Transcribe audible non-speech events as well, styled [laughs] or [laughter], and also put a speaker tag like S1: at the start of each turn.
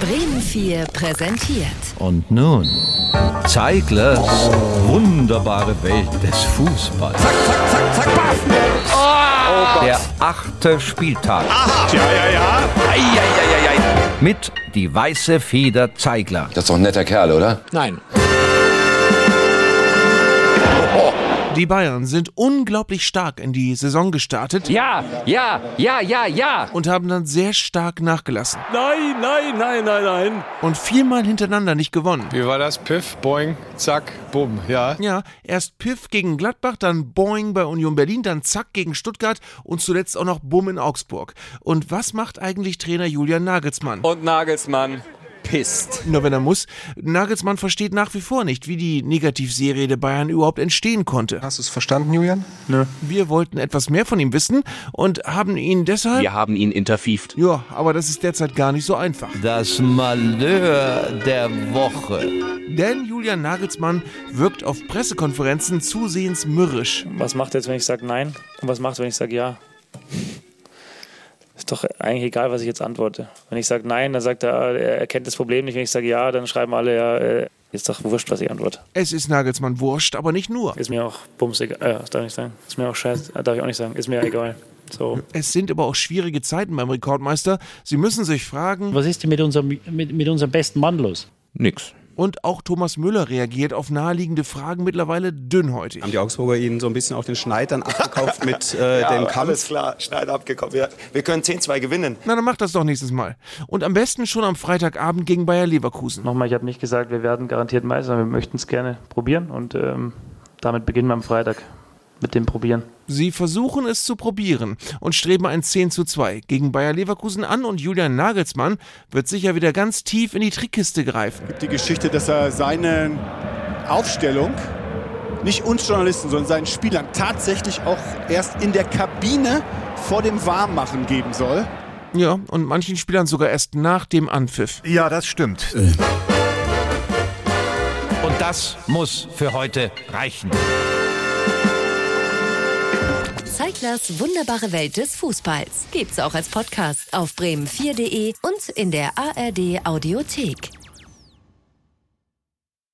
S1: Bremen 4 präsentiert.
S2: Und nun, Zeiglers wunderbare Welt des Fußballs. Zack, zack, zack, zack, baff. Der achte Spieltag.
S3: Ja, ja, ja.
S2: Mit die weiße Feder Zeigler.
S4: Das ist doch ein netter Kerl, oder?
S5: Nein.
S6: Die Bayern sind unglaublich stark in die Saison gestartet
S7: Ja, ja, ja, ja, ja.
S6: und haben dann sehr stark nachgelassen
S7: Nein, nein, nein, nein, nein.
S6: und viermal hintereinander nicht gewonnen.
S3: Wie war das? Piff, boing, zack, bumm. Ja.
S6: Ja, erst Piff gegen Gladbach, dann Boing bei Union Berlin, dann Zack gegen Stuttgart und zuletzt auch noch Bumm in Augsburg. Und was macht eigentlich Trainer Julian Nagelsmann?
S7: Und Nagelsmann pisst.
S6: Nur wenn er muss. Nagelsmann versteht nach wie vor nicht, wie die Negativserie der Bayern überhaupt entstehen konnte.
S8: Hast du es verstanden, Julian?
S6: Wir wollten etwas mehr von ihm wissen und haben ihn deshalb.
S9: Wir haben ihn interfieft.
S6: Ja, aber das ist derzeit gar nicht so einfach.
S2: Das Malheur der Woche.
S6: Denn Julian Nagelsmann wirkt auf Pressekonferenzen zusehends mürrisch.
S10: Was macht er jetzt, wenn ich sage Nein? Und was macht, er, wenn ich sage Ja? Ist doch eigentlich egal, was ich jetzt antworte. Wenn ich sage Nein, dann sagt er, ah, er erkennt das Problem nicht. Wenn ich sage Ja, dann schreiben alle, ja, äh, ist doch wurscht, was ich antworte.
S6: Es ist Nagelsmann wurscht, aber nicht nur.
S10: Ist mir auch bums egal. Äh, das darf ich nicht sagen. Ist mir auch scheiße. Äh, Darf ich auch nicht sagen. Ist mir egal. So.
S6: Es sind aber auch schwierige Zeiten beim Rekordmeister. Sie müssen sich fragen,
S11: Was ist denn mit unserem, mit, mit unserem besten Mann los?
S9: Nix.
S6: und auch Thomas Müller reagiert auf naheliegende Fragen mittlerweile dünnhäutig.
S5: Haben die Augsburger ihnen so ein bisschen auf den Schneid dann abgekauft mit
S8: [laughs]
S5: äh, dem Kampf?
S3: klar, Schneider abgekommen. Wir, können 10-2 gewinnen.
S6: Na, dann macht das doch nächstes Mal. Und am besten schon am Freitagabend gegen Bayer Leverkusen.
S10: Nochmal, ich habe nicht gesagt, wir werden garantiert Meister. sondern Wir möchten es gerne probieren. Und ähm, damit beginnen wir am Freitag. Mit dem Probieren.
S6: Sie versuchen es zu probieren und streben ein 10 zu 2 gegen Bayer Leverkusen an und Julian Nagelsmann wird sicher wieder ganz tief in die Trickkiste greifen.
S8: Die Geschichte, dass er seine Aufstellung nicht uns Journalisten, sondern seinen Spielern tatsächlich auch erst in der Kabine vor dem Warmmachen geben soll.
S6: Ja, und manchen Spielern sogar erst nach dem Anpfiff.
S8: Ja, das stimmt.
S2: Und das muss für heute reichen.
S1: Zeiglers wunderbare Welt des Fußballs. Gibt's auch als Podcast auf bremen4.de und in der ARD Audiothek.